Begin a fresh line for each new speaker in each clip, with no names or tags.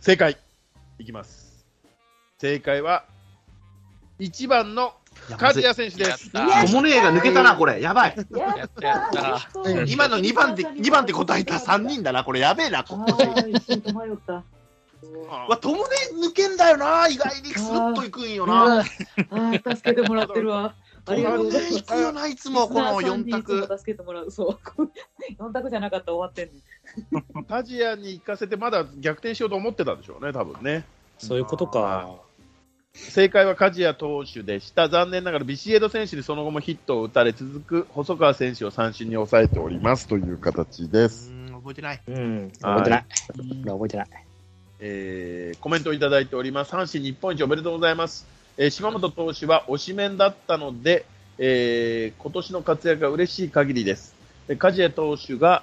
正解いきます正解は1番の
ま
カ
ず
ズ
い
ヤ選手です
やった
トモネが抜けたな、これ。やばい。
やったやった。
うん
今の2番で、2番って答えた3人だな。これやべえな。こ
ああ、一瞬戸迷った。
あ
わ、トモネ抜けんだよな。意外にスッといくんよな。
ああ、助けてもらってるわ。あ
ト
りが
モ
とうご
ネ
ざいます
行く。よな、いつもこの4
リスナーさんにいつ
択。
も助けてもらう。そう。4択じゃなかったら終わってんねん。
タジアに行かせてまだ逆転しようと思ってたんでしょうね多分ね
そういうことか。
正解は梶谷投手でした残念ながらビシエド選手にその後もヒットを打たれ続く細川選手を三振に抑えておりますという形で
う
す、
ん、覚えてない。
うん。
はい
覚えてない。覚えてない。
えーコメントをいただいております阪神日本一おめでとうございます、えー島本投手は推しメンだったので、えー今年の活躍が嬉しい限りですえー梶谷投手が、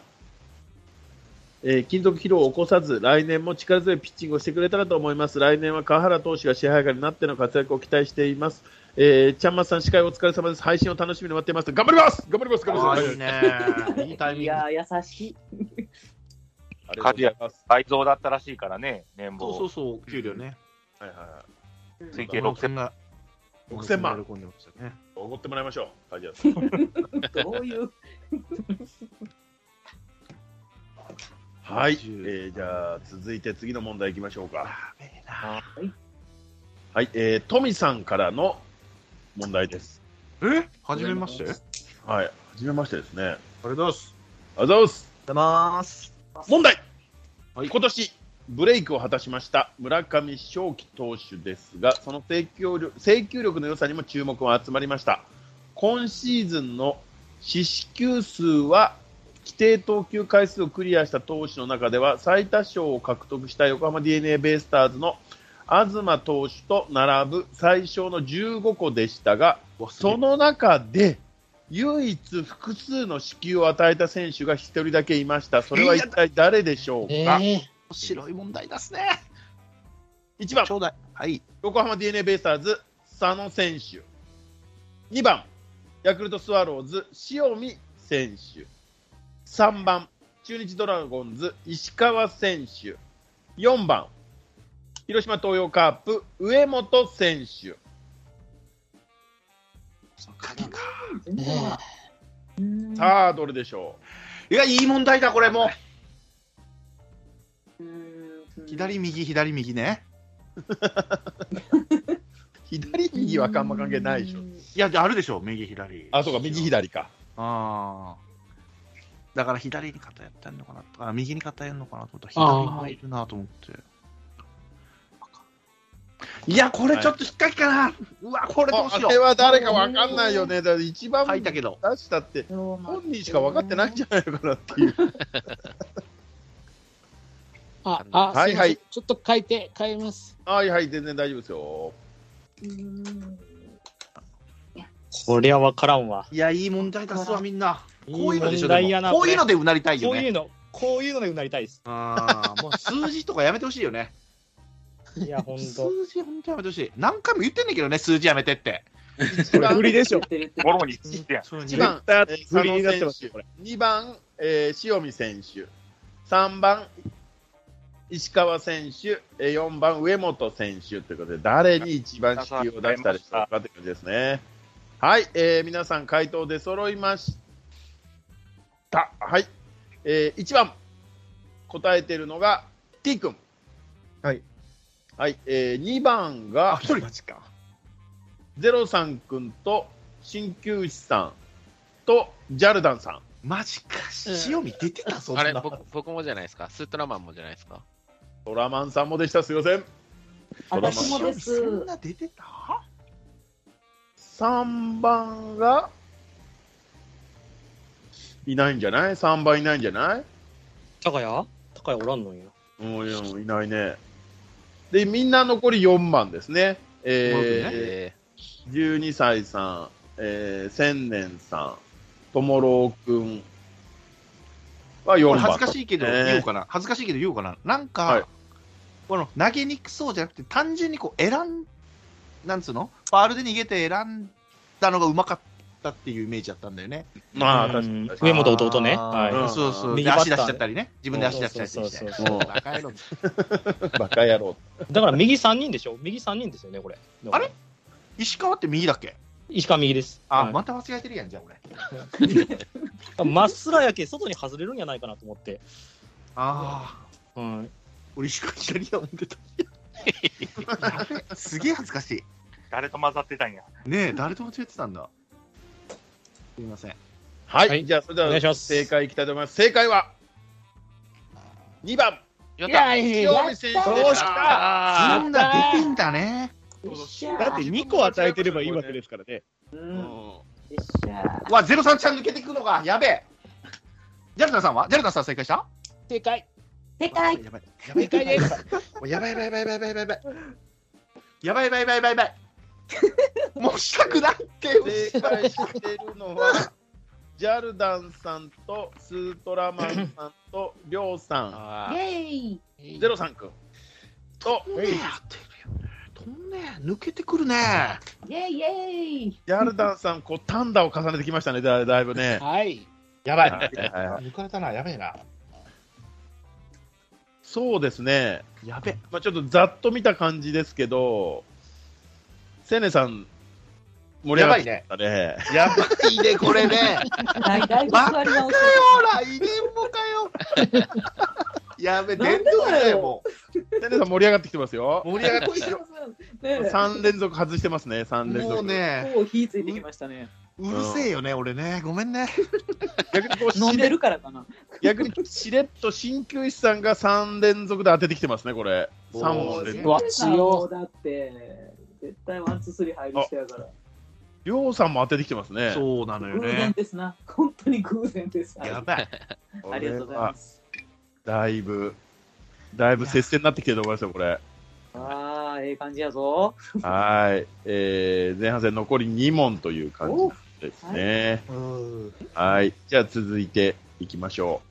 えー金属疲労を起こさず来年も力強いピッチングをしてくれたらと思います来年は川原投手が支配下になっての活躍を期待していますえー、ちゃんまつさん司会お疲れ様です配信を楽しみに待っています頑張ります頑張ります頑
あ
張り
ーい
ま
い
す
ね。いいタイミ
い
ング。
やー、優しい。
ありがとうございます
倍増だったらしいからね、年
そうそ
俸
う。そう、給料ね。
はいはいはい
推計6000
万。
6000万
喜んでましたね。
おごってもらいましょう梶谷さん
どういう。
はい、え
10
ーじゃあ続いて次の問題いきましょうか。
やべえな。
はい、えー、トミさんからの問題です。
えはじめましてありがと
はい、はじめましてですね。
うございます。
あざうす。
ありがとうございます。
問題。
はい
今年ブレイクを果たしました村上正輝投手ですが、その制球力制球力の良さにも注目が集まりました。今シーズンの四死球数は規定投球回数をクリアした投手の中では最多勝を獲得した横浜 d n a ベイスターズの東投手と並ぶ最小の15個でしたがその中で唯一複数の支給を与えた選手が1人だけいましたそれは一体誰でしょうか、
え
面白い問題出すね。
1番
ちょうだい。はい。
横浜 d n a ベイスターズ佐野選手2番ヤクルトスワローズ塩見選手3番中日ドラゴンズ石川選手4番広島東洋カープ上本選手
鍵か。
全然わからんうーん
さあどれでしょ
いや、いい問題だ、これも
うーん
う。左、右、左、右ね。
う左右はあんま関係ないでしょ
うーん
いや、あるでしょ、右、左。
あそうか右。左か
ああ。だから左に偏ってんのかなとか、右に偏んのかなと思った
あ
ら、
ー
左もいるなと思って。いや、これちょっと引っかきかな。うわ、これどうし
あ
よ
あれ
う。
は誰かわかんないよねだから一番
書
出
いたけど。
したって
どうも
本人しか分かってないんじゃないのかなっていう
あ、あ、
はいはい
すませんちょっと変えて、変えます。
はいはい全然大丈夫ですよ
うーん
こりゃわからんわ。
いや、いい問題出すわ、みんな。こういうのでし
問
ょ、
題
で
やな
もこういうのでうなりたい
こ
よ
うい
ね。
うの、こういうのでうなりたいです。
ああ、もう数字とかやめてほしいよね。
いや、ほ んと。
数字、本当やめてほしい。何回も言ってんだけどね、数字やめてって。
一番
振りでしょ
言っ。てる言ってる
ボロに聞いてやん。
一
一
番えー
振りになってます
佐
よ、これ。
野選手2番、えー塩見選手3番石川選手えー4番上本選手ということで誰に一番支給を出したでしょうかという感じですねはい、えー皆さん回答出揃いましたはい、え1番答えてるのが T 君
はい、
はいえ2番が
一人。マジか。
ゼロさん君と鍼灸師さんとジャルダンさん
マジか。塩見出てた、そん
あれ
な。
僕僕もじゃないですかスートラマンもじゃないですか
ドラマンさんもでしたすいません
私もです
そんな出てた
3番がいないんじゃない ?3 番いないんじゃない
高谷高谷おらんのんや。
うんいやいないねでみんな残り4番ですねえ
え
ー12歳さん、えー、千年さんともろうくんは4
こ
番
れ恥ずかしいけど、
ね
言おうかな。恥ずかしいけど言おうかな。なんか、
はい
この投げにくそうじゃなくて、単純にこう選ん、なんつうのファールで逃げて選んだのがうまかっったっていうイメージだったんだよね。
まあ、
うん
確かに確か
上
に。
本弟ね。
あー
は
はい
そうそう。
右
で
バッター
足出し
ね
ちゃったりね。自分で足出しちゃったりして
そう。そうそうそ
も
う
うバカ野郎。
バカ野郎。
だから右3人でしょ右3人ですよね、これ。
あれ石川って右だっけ
石川右です。
あ、
はい
また間違えてるやん、じゃあ俺。
まっすらやけ、外に外れるんじゃないかなと思って。
ああ。
うん。
俺石川左だ思ってた。やべすげえ恥ずかし
誰と混ざってたんや。
い。ねえ、誰と間違えてたんだ。すいません。
はい、
はい
じゃあ、それ
お願い
で
し
は
ます
正解いきたいと思います。正解は、2番、
やっ
いや
た
いや
塩見選手で
よっ
し
し
ゃ。
あ
そ
ー
んなん出てんだね。
よっしゃ
だって2個与えてればいいわけですからね。
うん
うん
よっしゃ
うわ、ゼロ三ちゃん抜けていくのか。やべえ。ジャルナさんはジャルナさん正解した
正解
でかい
やばい。
正解です
もうやばいやばいやばいやばいやばいやばい。やばいやばいやばいやばいやばい。もうしたくないって。
正解してるの は、ジャルダンさんと、スートラマンさんと、りょう
ー
さ
イ
あ
ェイ
ん、
ー。
ゼロさんくんと、
飛んねえやってるよね。飛んねえ抜けてくるね。
イェイイェイ
ジャルダンさん、こう、単打を重ねてきましたね、だだいぶね。
はい
やばい。
は
抜かれたな。やべえな。
そうですね。
やべえ。
まあ、ちょっとざっと見た感じですけど、セネさん、盛り上がって
ね。
たね。
やばいね、これね。
だいだいぶ座り直し
ほら、入れんぼかよ。やべえ、
な
伝
んでだよ
統だよ、も
セネさん盛り上がってきてますよ
う。。盛り上がってきてる。
た
3連続外してますね、3連続。
もうね、
こう火ついてきましたね
うるせえよね、俺ね。ごめんね。
逆にこう
飲
し
んで
れ
るからかな
逆にしれっと鍼灸師さんが3連続で当ててきてますね、これ。3問連
う
続。
わ強
だって絶対ワンツースリー入る人やから
りょうさんも当ててきてますね。
そうなのよ
偶然
ね。
ですな本当に偶然です
や
あ
ばい。
りがとうございます
だいぶ、だいぶ接戦になってきてると思いますよ、これ。
ああええ感じやぞ
はい。えー、前半戦残り2問という感じですね。
うん。
はい。じゃあ続いていきましょ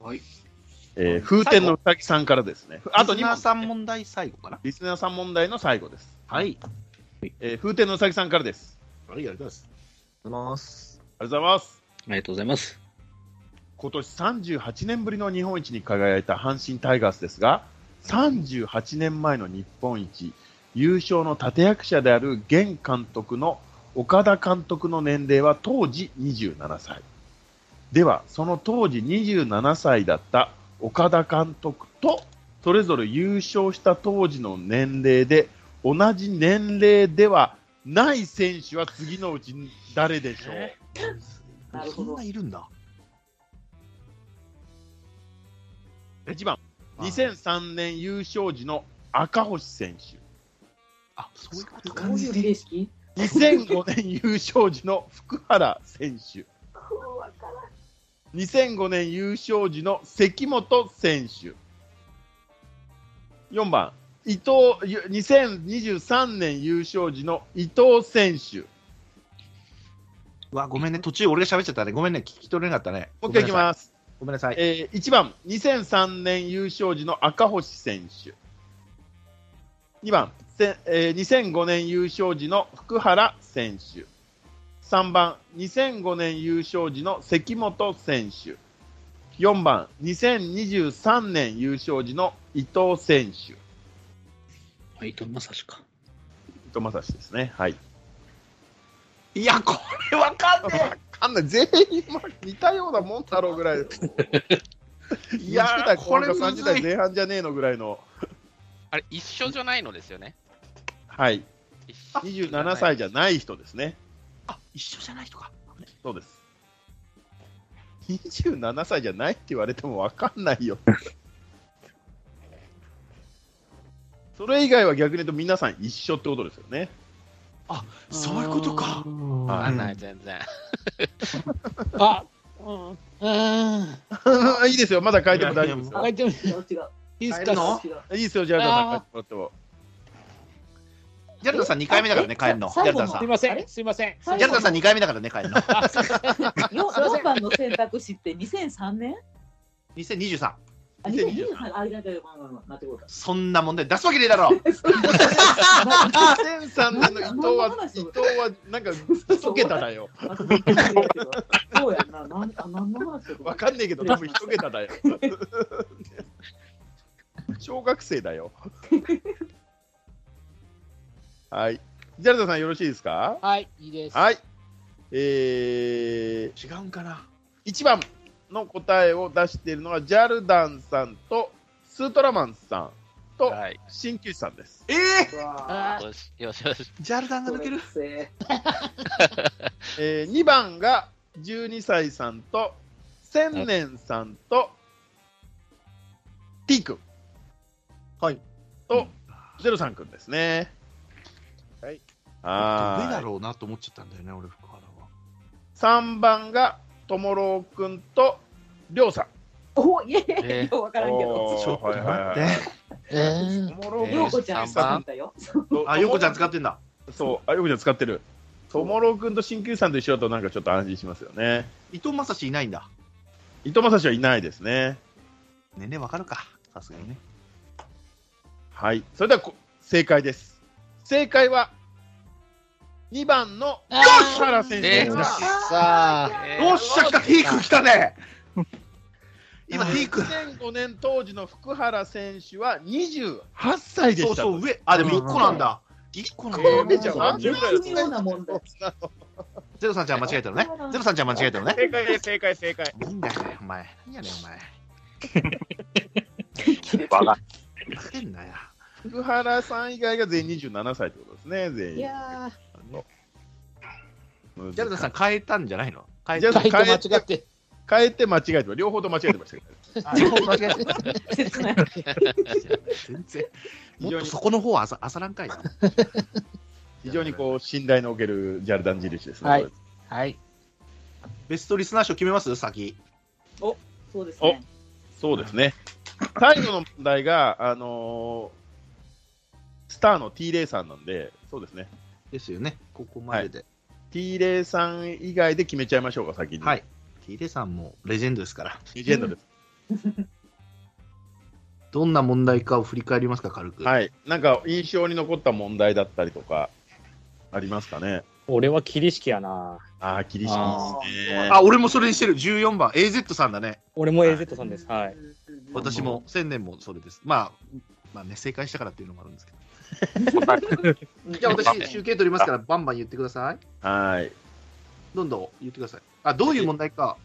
う。
はい。
えー、風天のうさぎさんからですね。あと2
今
問。
さん問題最後かな。
リスナーさん問題の最後です。
はい。
えー、風天のうさぎさんからです。
ありがとうございます。
ありがとうございます。
ありがとうございます。
今年38年ぶりの日本一に輝いた阪神タイガースですが、38年前の日本一、優勝の立役者である現監督の岡田監督の年齢は当時27歳。では、その当時27歳だった岡田監督と、それぞれ優勝した当時の年齢で、同じ年齢ではない選手は次のうち誰でしょう
なる
そ
ほ
ん
ど
ないるんだ。
1番、2003年優勝時の赤星選手、
あ、そういうこと
完全形式
2005年優勝時の福原選手、2005年優勝時の関本選手、4番、伊藤ゆ2023年優勝時の伊藤選手、
うわ、ごめんね。途中俺が喋っちゃったね。ごめんね。聞き取れなかったね。
もう一回いき
す。
ます。
ごめんなさい。
えー1番、2003年優勝時の赤星選手。2番、せえー2005年優勝時の福原選手。3番、2005年優勝時の関本選手。4番、2023年優勝時の伊藤選手。伊
はい、伊藤正史か。
藤正史ですね。はい。
いや、これわかんね
あんな全員似たようなもんだろうぐら い。
え。
い
い
や
や
ー、、こ
こ
れ
れむ
30
ず
代
い。
前半じゃねえのぐらいの。
あれ、一緒じゃないのですよね。
はい。
一緒じゃない
27歳じゃない人ですね。
あ、一緒じゃない人か。
そうです。27歳じゃないって言われても分かんない よ。それ以外は逆に言うと皆さん一緒ってことですよね。
そういうことか。
わかんな
う
い、全然。
あうん。うん。
いいですよ、まだ書いても大丈夫ですよ
書。いてもい
違う違う
いです
変えるの
か
違う
いいですよ、ジャルダさん書いてもらっても。
ジャルダさん2回目だからね、帰るの。ジ
え
ャルダさ
す
ん。
いませ
ジ
ん、すいません。
最後
ャルダさん2回目だからね、帰るの。
あすいません
よ4番の選択肢って2003年
2023。
あ、2023、あ、なんか、まあまあまあ、なってこうか。
そんな問題出すわけねえだろ
2003年の伊藤 は、伊藤はなんか、一桁だよ。
あとび っくりするけどそうやんな、なん、あ、なんの話だと
わかんねえけど、多分一桁だよ。 小学生だよ。はい。ジャルダさん、よろしいですか
はい、いいです。
はい。えー、
違うんかな
1番の答えを出しているのは、ジャルダンさんと、スートラマンさんと、
はい。
鍼灸師さんです。
ええ
うわ
あ
よし、よし、よし。
ジャルダン
ー
が抜ける
小学
えー、2番が12歳さんと、千年さんと、T 君。
はい。
と、ゼロさん君ですね。
はい。
あ
上だ
あ。
ろうなと思っちゃったんだよね俺福原は
3番が、ともろうくんと、りょうさん。
生お、いえ、
ね
ようわからんけど。
おー
ちょっと待って、
はいはいはいともろうく
よ
ん
うこちゃん使ってたよ。
と、
あ横ちゃん使ってんだ
そう、あ、よこちゃん使ってる。ともろうくんと鍼灸師さんと一緒だとなんかちょっと安心しますよね。
伊藤正史いないんだ
伊藤正史はいないですね。
年齢わかるかさすがにね
はい。それではこ、正解です。正解は、2番の
あ
吉原選手
え
で
ー
した。
さあ、
えー
おっしゃ来た T 君来たね今 T 君
2005年当時の福原選手は28歳で
そう
した。
そう上あでも1個なんだ1個なんだ
えーじゃあ
あんな微妙な問題。
ゼロさんちゃん間違えたのねゼロさんちゃん間違えたのね
正解です、正解、正解。
いいんだよねお前何やねんお前
わが
ふざけんなよ
福原さん以外が全員27歳ってことですね、全員。
いや
うん
ジャルダさん変えたんじゃないの変え
ジャ
た
ルダ
バイト間違って。
変えて間違えてました。両方と間違えてましたけど。
あ両方間違えた
ー、切ない。
全然
非
も
常
っと
に
そこの方はあさあさらんかいな
非常にこう信頼のおけるジャルダン印ですね。
はいはい。
ベストリスナー賞決めます先
そうですね。
そうですね。最後の問題が、あのースターの T レイさんなんで、そうですね。
ですよねここまでで
T レイさん以外で決めちゃいましょうか、先に。
はい、ティーレさんもレジェンドですから
レジェンドです。
どんな問題かを振り返りますか軽く、
はい。なんか印象に残った問題だったりとか、ありますかね。
俺はキリシキやな。
ああ、厳しいですね。
あ俺もそれにしてる14番 AZ さんだね
俺も AZ さんです。はい。
私も千年もそれですまあまあね正解したからっていうのもあるんですけどじゃあ私集計取りますからバンバン言ってください
はい。
どんどん言ってくださいあどういう問題か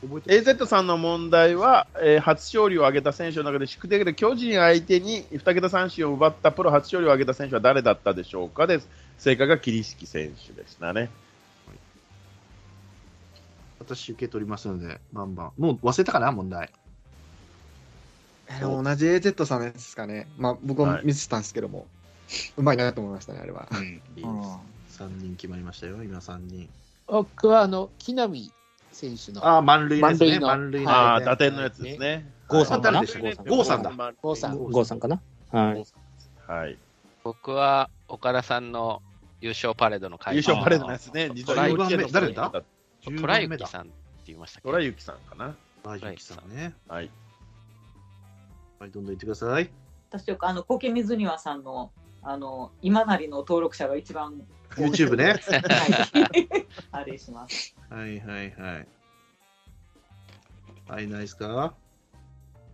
覚えて
AZ さんの問題は、えー初勝利を挙げた選手の中で宿敵で巨人相手に2桁三振を奪ったプロ初勝利を挙げた選手は誰だったでしょうかです。正解が桐敷選手でしたね。
私集計取りますのでバンバンもう忘れたかな問題
えー同じ AZ さんですかね。まあ、僕も見てたんですけども、うまいなと思いましたね、あれは。
いいです3人決まりましたよ今3人
僕は、あの、木浪選手の。
ああ満塁ですね満
満
塁
塁
の
の
ああ、
は
打点のやつですね。
郷さんかな
誰でしたっけ
郷
さんだ。
郷さん、
郷さん
郷さんかなはい。
はい。
僕は、岡田さんの優勝パレードの会
優勝パレードのやつね。実は
トラ
イキ
幼稚園の頃にやった
トラユキさんって言いましたっけ
トラユキさんかな。
んトラユキさんね
はい。
はいどんどん言ってください
私よくあの、コケミズニワさんの、あの、今なりの登録者が一番。
YouTube ね。
はい。 あれします。
はいはいはい。はい、ないですか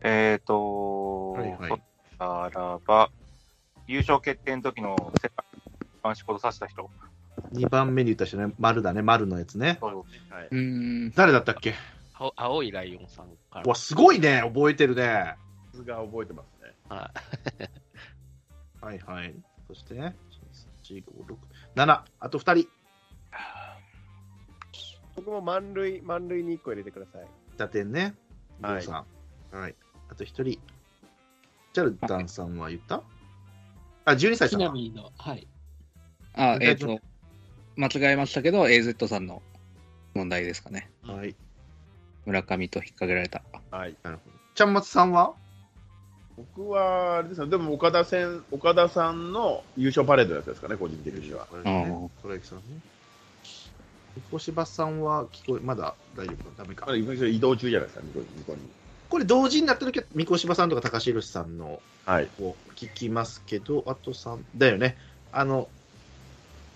えっ、ー、と、
はいはい
そしたらば、優勝決定の時の世界男子ことさした人。
?2 番目に言った人ね、丸だね、丸のやつね。
そう
はい、
うーん。
誰だったっけ
青青いライオンさんから。
わ、すごいね、覚えてるね。
さすが覚えてますね。
は
はい
い
はい。そして、1 2 5 6 7、あと2人。
僕も満塁、満塁に1個入れてください。
打点ね。
はい
郷さん。はい。あと1人。ジャルダンさんは言ったあ、12歳
木
さんは。
浪の、はい。
あ、えっ、と、間違えましたけど、AZ さんの問題ですかね。
はい。
村上と引っ掛けられた。
はい。
なるほど。ちゃんまつさんは
僕は、あれですね、でも岡田戦、岡田さんの優勝パレードのやつですかね、個人的には。
これ
う
ね
ん、
トライキさんね。小芝さんは聞こえ、まだ大丈夫か、ダメか
ま。だ移動中じゃないですか、ニコニコに。
これ同時になった時は、三越柴さんとか高橋宏さんのを聞きますけど、あとさん、だよね、あの、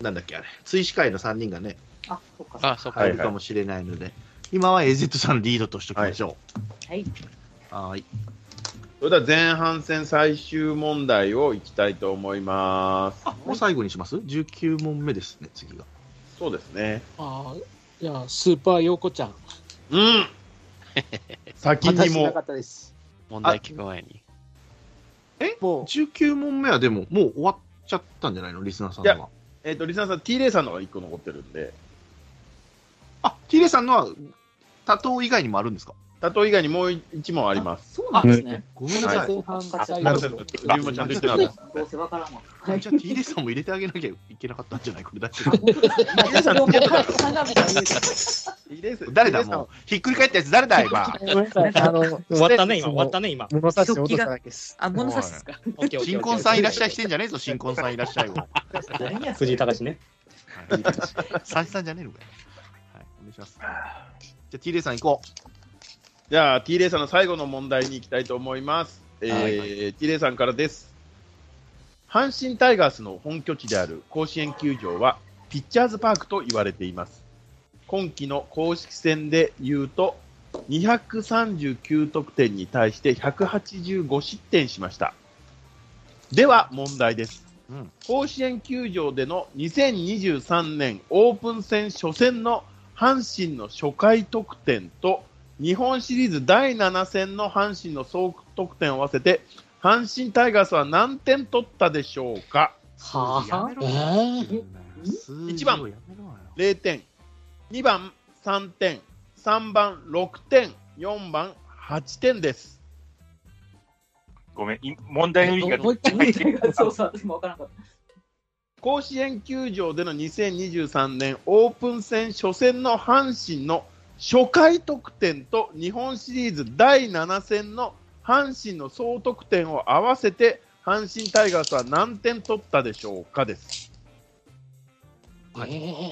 なんだっけ、あれ、追試会の3人がね、
あ、そっか。
あ、そっか
入るかもしれないので、今は AZ さんリードとしておきましょ
はい。
う。はい。
それでは前半戦最終問題をいきたいと思います。
もう最後にします ?19 問目ですね、次が。
そうですね。
ああ、じゃあ、スーパーヨーコちゃん。
うん。先に
私な
も
か。ったです。
問題聞く前に。
19問目はでも、もう終わっちゃったんじゃないのリスナーさん
いや
は。
えっ、と、リサさん、T レイさんのが1個残ってるんで、
あ、ティレさんのは、多頭以外にもあるんですか
タト以外にもう1問あります。
そうなんですね。
ごめんなさい。
前半最
な
後
るほど自分もちゃんと言ってなかった。
どうせわからんわ。
あじゃあ、T レさんも入れてあげなきゃいけなかったんじゃないこれだって。T レさん
両方眺めたら言うて
誰だもう。ひっくり返ったやつ誰だ今。
ごめんなさい。あの、
終わったね、今。終わったね、今。
物差し落としただけです。
あ、物差しですか。
オッケーオッケー
新婚さんいらっしゃいしてんじゃねえぞ、 新婚さんいらっしゃいを。
何やそれ
藤井隆ね。
三さんじゃねえのかよ。はい、お願いします。じゃあ、T レさん行こ
じゃあ、T レイさんの最後の問題に行きたいと思います。えー T レイさんからです。阪神タイガースの本拠地である甲子園球場は、ピッチャーズパークと言われています。今季の公式戦で言うと、239得点に対して185失点しました。では、問題です。
うん
甲子園球場での2023年オープン戦初戦の阪神の初回得点と日本シリーズ第7戦の阪神の総得点を合わせて阪神タイガースは何点取ったでしょうか
う。
はあ
め
え
ろよ。
ー、
一番
数字をやめろよ
0点2番3点3番6点4番8点です
ごめん、い問題の意味が
もう一回
見てるからそうそう、私もわからんかっ
甲子園球場での2023年オープン戦初戦の阪神の初回得点と日本シリーズ第7戦の阪神の総得点を合わせて阪神タイガースは何点取ったでしょうかです。
え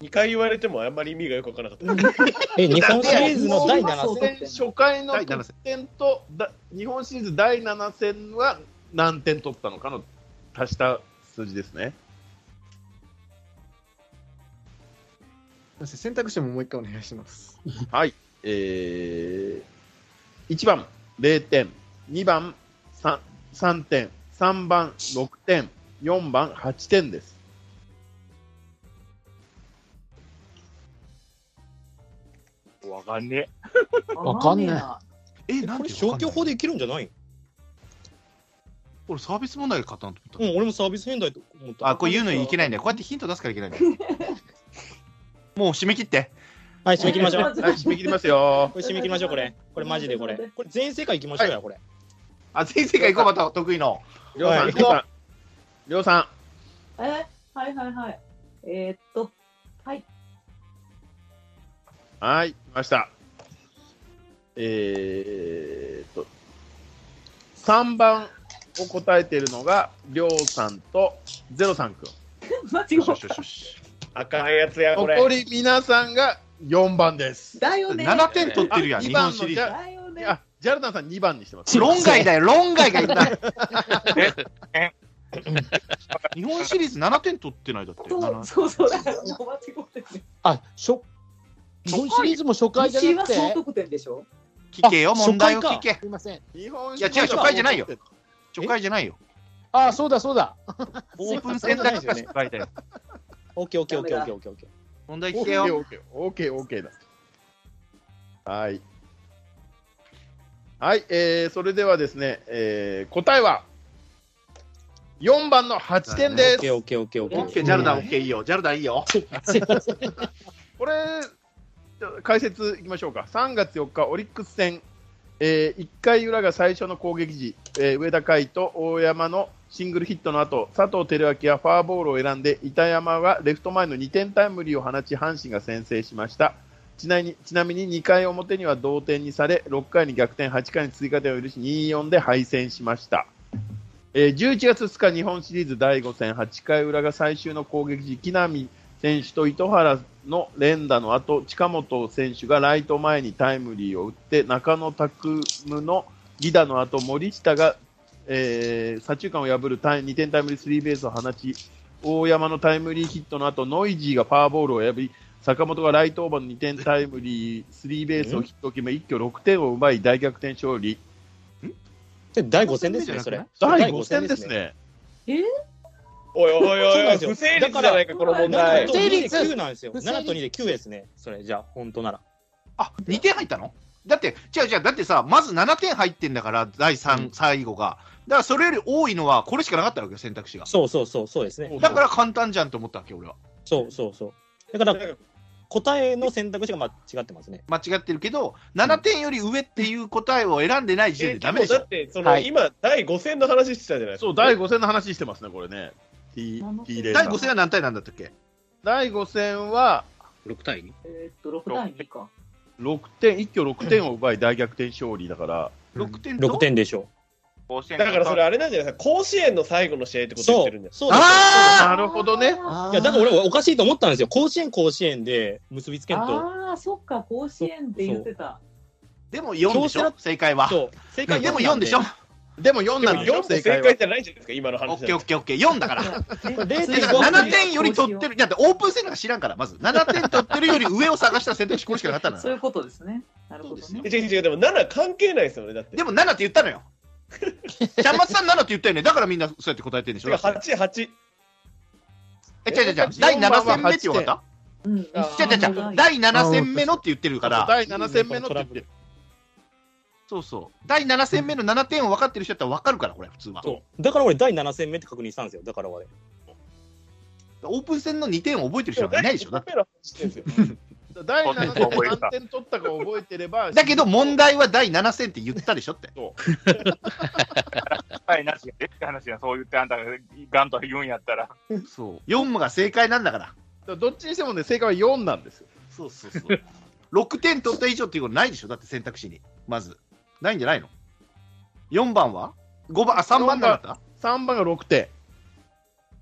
2回言われてもあんまり意味がよくわからなかった。
え、日本シリーズの第7
そう
戦。
戦初回の
第
得
7
点
戦
とだ日本シリーズ第7戦は何点取ったのかの足した数字ですね。
選択肢ももう一回お願いします。
はい、えー、1番0点、2番 3, 3点、3番6点、4番8点です。
わかんね
た。
わかんない
あまあね
え、なん
こ
で
れ消去法
で。
でいけるんじゃない
これサービス問題で買ったのと思った
うん、俺もサービス変態と思った。
あ、こう言うのいけないんだよ。こうやってヒント出すからいけないんだよ。もう締め切って。
はい、締め切りましょう。
はい、締め切りますよ。
これ締め切りましょう、これ。これマジでこれ。これ全世界行きましょうや、これ。
あ、全世界行こう、また得意の。
りょうさん、
はい
りょうさん。りょうさん、
え、はいはいはい。えーっと、はい。
はい、来ました。えーっと、3番を答えているのが、りょうさんとゼロさんくん。
間違
よし
え
よしよしよし。
赤いやつや、これ。
残り皆さんが4番です。
だよね。
7点取ってるやん、
2
日
番
本
の
シリ
じ
ー
ゃ
だよ
ズ。い
ね。
や、ジャルダンさん2番にしてます。
ズ。論外だよ、論外がいた。
え
日本シリーズ7点取ってないだって。
そう
7
そうそう、だからもう間違えてる。
あ、しょ、日本シリーズも初回じ
西
ゃな
は
くて、
総
す
得点でしょ
聞けよ、
あ
問題を
初
聞
回か
け。
みません。
日本
いや違う初回じゃないよ初回じゃないよ。
あ、そうだそうだ。
オープン戦だけが初回だよ。
オッケーオッケーオッケーオッケーオッケーオッケ
問題
オ
聞
ーケ
け
ー
よ。
オーケーオーケーオーケーだ。はい。はい、えー、それではですね、えー、答えは4番の8点です。
ーオッケーオッケーオッケー
オ
オ
ッ
ッ
ケ
ケ
ー、
ー。
ジャルダンオッケーいいよ、ジャルダンいいよ。
これ、じゃあ解説いきましょうか。3月4日、オリックス戦、え1回裏が最初の攻撃時、えー上田海と大山のシングルヒットの後、佐藤輝明はフォアボールを選んで、板山はレフト前の2点タイムリーを放ち、阪神が先制しました。ちなみにちなみに2回表には同点にされ、6回に逆転、8回に追加点を許し、2-4で敗戦しました。えー11月2日、日本シリーズ第5戦、8回裏が最終の攻撃時、木浪選手と糸原の連打の後、近本選手がライト前にタイムリーを打って、中野拓夢の犠打の後、森下が、えー左中間を破るタイ2点タイムリースリーベースを放ち、大山のタイムリーヒットの後、ノイジーがファーボールを破り、坂本がライトオーバーの2点タイムリー、スリーベースをヒットを決め、一挙6点を奪い、大逆転勝利。
第5戦ですね、それ。
第5戦ですね。
え
おいおいおい
そうなんです
おい、
よ
不成立じゃないか、この問題
7。と2で9なんですよ。7と2で9ですね。それ、じゃあ、本当なら。
2点入ったのだって、違う違う、だってさ、まず7点入ってんだから、第3、最後が。だから、それより多いのは、これしかなかったわけよ、選択肢が。
そうそうそう、そうですね。
だから簡単じゃんと思ったわけ、俺は。
そうそうそう。だから、答えの選択肢が間違ってますね。
間違ってるけど、7点より上っていう答えを選んでない時点でダメでしょ。
だって、その、今、第5戦の話してたじゃないですか。
そう、第5戦の話してますね、これね。T、T レー
第5戦は何対何だったっけ
第5戦は、
6対 2?
えーっと、6対2か。
6点、一挙6点を奪い大逆転勝利だから、
6点
6点でしょ
だからそれあれなんじゃないですか、甲子園の最後の試合ってこと言ってるんじゃないですか。
そうそう
う。なるほどね。い
いや、だから俺、おかしいと思ったんですよ。甲子園、甲子園で結びつけんと。
ああ、そっか、甲子園って言ってた。
でも4でしょ、正解は。
そう。正解
でも4でしょ。
でも4なんでし
4
ょ、
も正
正解は
解。じゃないじゃないですか、今の
オ
話
ッ
だ
ケーオ
と
ッケーオッケー、4だから。だから7
0.5
点より取ってる、だってオープン戦なんか知らんから、まず7点取ってるより上を探した選択肢、これしかなかっ たんだか
そう
ら
いうことですね。なるほどね。
違う違う違う、でも7関係ないですよね、だって。
でも7って言ったのよ。ちゃんまつさん7って言ったよね、だからみんなそうやって答えてるんでし
違う、
ょ。
8、8。
え、違う違う違う、第7戦目って言われた
うん。
違う違う違う、第7戦目のって言ってるから、
第7戦目のって言ってる。
そうそう、第7戦目の7点を分かってる人だったら分かるから、これ、普通は。
そうだから俺、第7戦目って確認したんですよ。だから俺。
オープン戦の2点を覚えてる人
でも
なんかいないでしょ。だ
第
って
一戦目の話してるんですよ。
第7戦で何点取ったか覚えてれば、
だけど、問題は第7戦って言ったでしょって。
はい、なしが出って話や、そう言ってあんたがガンと言うんやったら。
そう。4が正解なんだから。
どっちにしてもね、正解は4なんですよ。
そうそうそう。6点取った以上っていうことないでしょだって選択肢に。まず。ないんじゃないの ?4 番は ?5 番、あ、3番なんだった
3番が6点。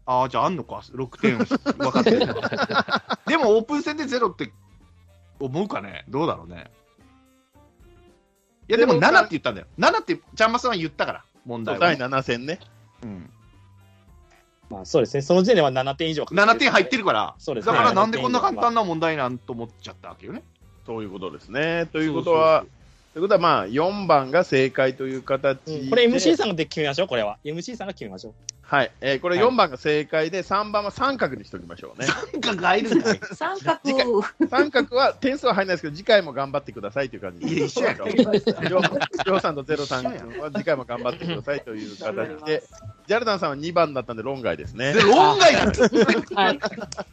ああ、じゃああんのか。6点分かってるのはでもオープン戦で0って思うかねどうだろうね。いや、でも
でも
7って言ったんだよ。7って、ちゃんまさんは言ったから。問題は
第
ね、
7戦ね。
まあ、そうですね。その時点では7点以上。
7点入ってるから。
そうです
だ
ね
からなんでこんな簡単な問題なんと思っちゃったわけよね。
そういうことですね。ということは、ということはまあ、4番が正解という形で、
これ MC さんで決めましょう、これは。MC さんが決めましょう。
はい、えーこれ4番が正解で、3番は三角にしておきましょうね。
なんかがいるんだよ。
三角を。
三角は点数は入らないですけど、次回も頑張ってくださいという感じ
いや、一緒やから。
りょうりょうさんとゼロさんは次回も頑張ってくださいという形 で、ジャルダンさんは2番だったんで論外ですね
で、。論外なんだよ。
はい。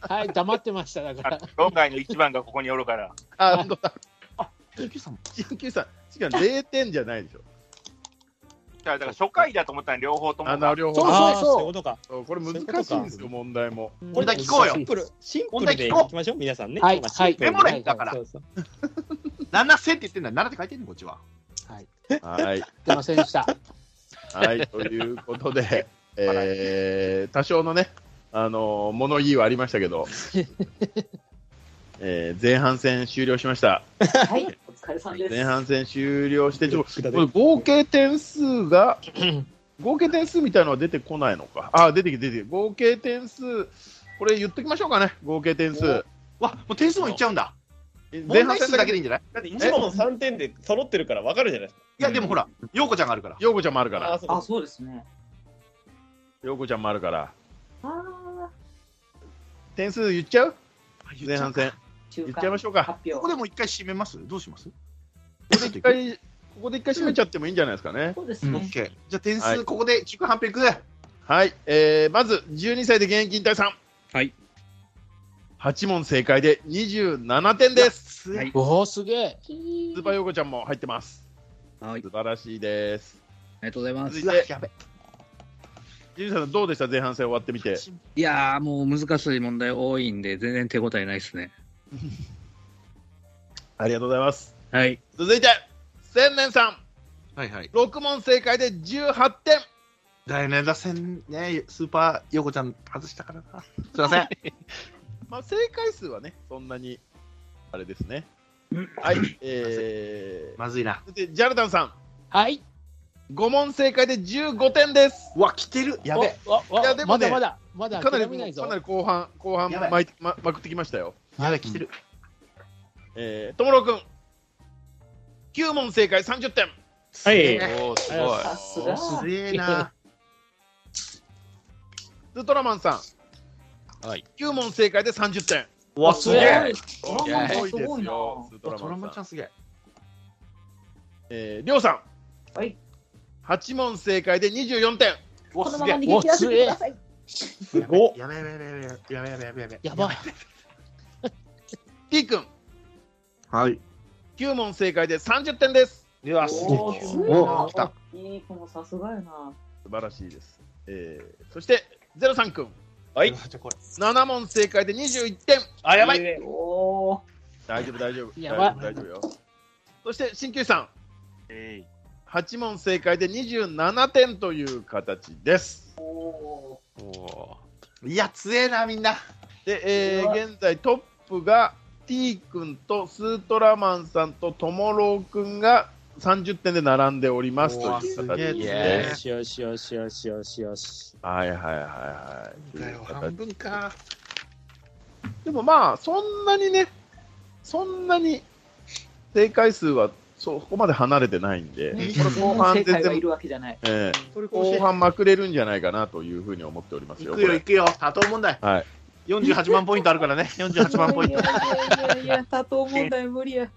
はい、黙ってました、だから。
論外の一番がここにおるから。
あ、本当だ。
19さんも
19さん、しかも0点じゃないでしょ。
じゃあ、だから初回だと思ったら両方とも。
あの両
そう
方。
あーそういうことか。
そうこれ難しいんですよ、問題も。
問題聞こうよ
シンプル、シンプ
問
ル
題
でい
聞こう
きましょう、皆さんね。
はい
まあシンプルに
はいメモれだから
そうそう
7戦って言ってんだよ。7って書いてんのこっちは。
はい。
はい。
出ませんでした。
はい、ということで、えー多少のね、あのー物言いはありましたけど、えー前半戦終了しました。
はい、お疲れさんです。
前半戦終了して、ちょっとこれ合計点数が、合計点数みたいのは出てこないのか。あ、出てきて、出てきて。合計点数、これ言っときましょうかね、合計点数。
わ、もう点数もいっちゃうんだ。
え前半
問題
戦
数
だ
だ
け
け
で、
でいいんじゃ
だっ
ない
て1問3点で揃ってるから分かるじゃないです
いや、でもほら、陽子ちゃんがあるから。
ヨーコちゃんもあるか
か。
ら、
あ、そう
あ、
か。
そうですね。
ヨーコちゃんもあるから、
ああ、
点数言っちゃう前半戦。
中
言っ
間
ちゃいましょうか
発
ここで
表。
もう一回締めますどうします
一回、ここで一回締めちゃってもいいんじゃないですかね。
そうですね。
?OK。じゃあ点
はい
数、ここで中間判定いく
はい、えーまず12歳で現役引退さん。
はい。
8問正解で27点です。
す
はい
おお、すげえ。
スーパーヨーコちゃんも入ってます。
はい。
素晴らしいです。
ありがとうございま
続
す
い。
うわ
て、
やべ。
ジュリーさんどうでした前半戦終わってみて。
いやー、もう難しい問題多いんで、全然手応えないですね。
ありがとうございます。
はい。
続いて、千年さん。
はいはい。
6問正解で18点。
だよね、打線ね、スーパー陽子ちゃん外したからな。すいません。
まあ、正解数はね、そんなに、あれですね。はい、えー、
まずいな。
で、ジャルダンさん。
はい。
5問正解で15点です。
わ、来てる。やべ。
いや、でもね、
まだまだまだ
かなり、
諦めないぞ
かなり後半、後半
やばい
まいま、まくってきましたよ。
まだ来てる。
えー、ともろくん。9問正解30点。
はい。
おーすごい。
さすが。
すげえな。
ウルトラマンさん。
はい。
9問正解で30点。
わ、すげえ。
え。ドラマもすごいな。
ウルト
ト
ラマ
ラマ
ン
ンち
さ
ゃ
ん。
んすげえ。
えー、りょうさん。
はい。
8問正解で24点。
わ、
この
す
ま
げ
ま
え。
逃げ切らせてください。
すごっ。
やべやべやべやべやべやべやべやべ。
やばい。
T 君。
はい。
9問正解で30点です。
うわ、すげえ。
おお、いい子もさすがやな。
素晴らしいです。えー、そして、ゼロさん君。
はい。
7問正解で21点。
あ、やばい。
い
おお
大丈夫、大丈夫。
やばい
大丈夫、大丈夫よ。そして、鍼灸師さん。
えい
8問正解で27点という形です。
お
いや、強えな、みんな。
で、え
うわ
ー、現在トップが T 君とスートラマンさんとともろう君が30点で並んでおりますと
うわ
いう
すげえ
形
イ
で
エ
よ
す。
しよしよしよしよしよし。
はいはいはいはい。
だよ、
という
半
形
分か。
でもまあ、そんなにね、そんなに正解数はそこまで離れてないんで、
ね
これ後半
正
全
解はい
然、
るわけじゃない。
ええ
トルコ
後半まくれるんじゃないかなというふうに思っております
行
よ。
く
こ
よ、
れ
行くよ。多頭問題。
はい。
48万ポイントあるからね。48万ポイン
い
ト。
やいやいやいや、多頭問題無理や。
っ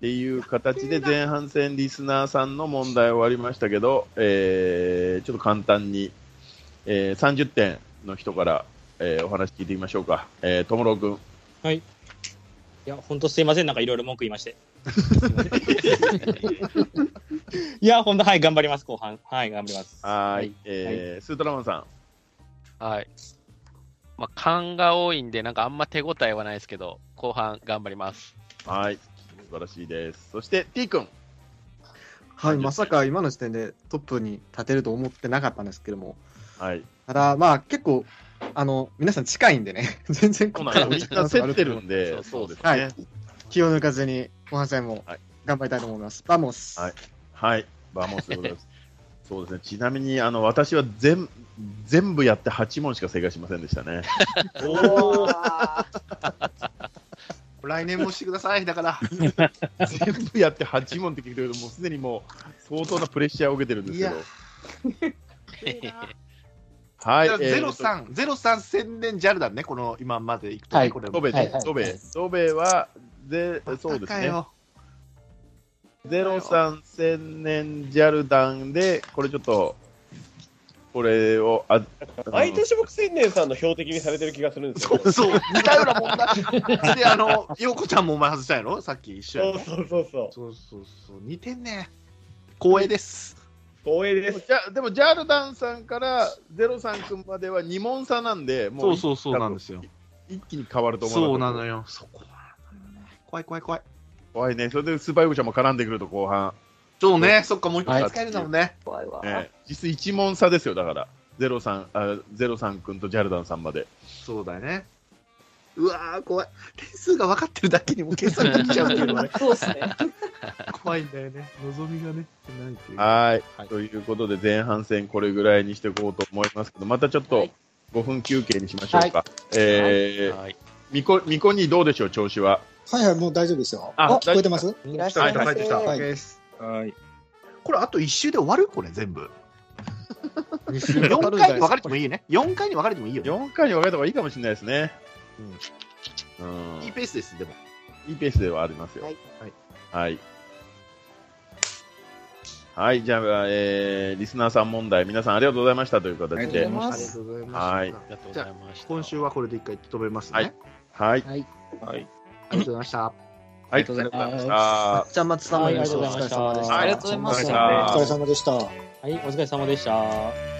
ていう形で前半戦リスナーさんの問題終わりましたけど、えーちょっと簡単に、えー30点の人から、えーお話聞いてみましょうか。えー、ともろうくん。
いや、ほんとすいません。なんかいろいろ文句言い まして。いや、ほんと、はい、頑張ります。後半。はい、頑張ります。
はーい。えースートラマンさん。
ーはい。まあ、勘が多いんで、なんかあんま手応えはないですけど、後半頑張ります。
はい。素晴らしいです。そして T 君。
はい、まさか今の時点でトップに立てると思ってなかったんですけども、
はい。
ただ、まあ結構、あの皆さん近いんでね、 全然
そ
こ
う
こ
な
から
んですみんな競ってるんで、
そ
そうう
そう
で
そ
す
う
ね。
気を抜かずに、後半戦も
はい
頑張りたいと思います。バモス、
はいはい、バーモスでございます。 そうですね。ちなみにあの私は全全部やって8問しか正解しませんでしたね。
おお。
来年もしてください。だから。
全部やって8問って聞いてるけど、もうすでにもう相当なプレッシャーを受けてるんですけど
いや。
はい。
ゼロ三ゼロ三宣伝ジャルだね。この今まで行くとね。
はい
これ
ドベ、
はいはい
ドベ、ドベは、ぜそうですね。03千年ジャルダンで、これちょっと、これを、あ、
毎年僕、千年さんの標的にされてる気がするんですよ。
そうそう、似たようなもんだ。で、あの、陽子ちゃんもお前外したんやろさっき一緒や
そう
ろ
そうそうそう。
そうそうそう、似てんね。光栄です。
光栄
で
で
も
す。
じゃでもジャルダンさんからゼロさんくんまでは2問差なんで、もう
そうそうなんですよ。
一気に変わると思う。
そうなのよ。そこなのよね怖い怖い怖い。
怖いね。それでスーパーヨグちゃんも絡んでくると後半。
そうね、そっか、もう一
は
回
い
使えるんだもんね。
怖いわ。
ええ実質1問差ですよ、だから。ゼロさん、あゼロさんくんとジャルダンさんまで。
そうだね。うわー、怖い。点数が分かってるだけにもう計 算できちゃうっていうのがね
そうっすね。
怖いんだよね。望みがね、ないっていう。
はい,、
はい
ということで、前半戦これぐらいにしていこうと思いますけど、またちょっ
は
と
い
5分休憩にしましょうか。えー
はい。
みこ、みこにどうでしょう、調子は。
はいはい、もう大丈夫ですよ。
あ
あ、
大丈
聞
夫
こえてます
いらっしゃいま
はい帰ってきた
せ。
はい。
はい。
これ、あと1周で終わるこれ、全部。
2週
4
かかるんじ
回
ゃない
に分
です
か
か
れてもいいね。4回に分かれてもいいよね。
4回に分かれた方がいいかもしれないですね。うん
いいペースです、でも。
いいペースではありますよ。
は
はいい。はい。はい、じゃあ、えー、リスナーさん問題、皆さんありがとうございましたという形
ありがと
で
うござい。
あ
ます
りがとうございます。
はい
ありがとうご
じ
ざ
ゃ
いました。
今週はこれで一回止めますね。
はいはい。
はい。
ありがとうございました。
はい、あ
あ
り
り
が
が
と
と
うご
うご
ざ
ざ
い
い
ま
ま
し。
した
じゃあ、松さん、
は
お
い
願いします。
ありがとうございました
お疲
ありがとうご
れ様でし。
ざいました
お疲れ様でした。
はい、お疲れ様でした。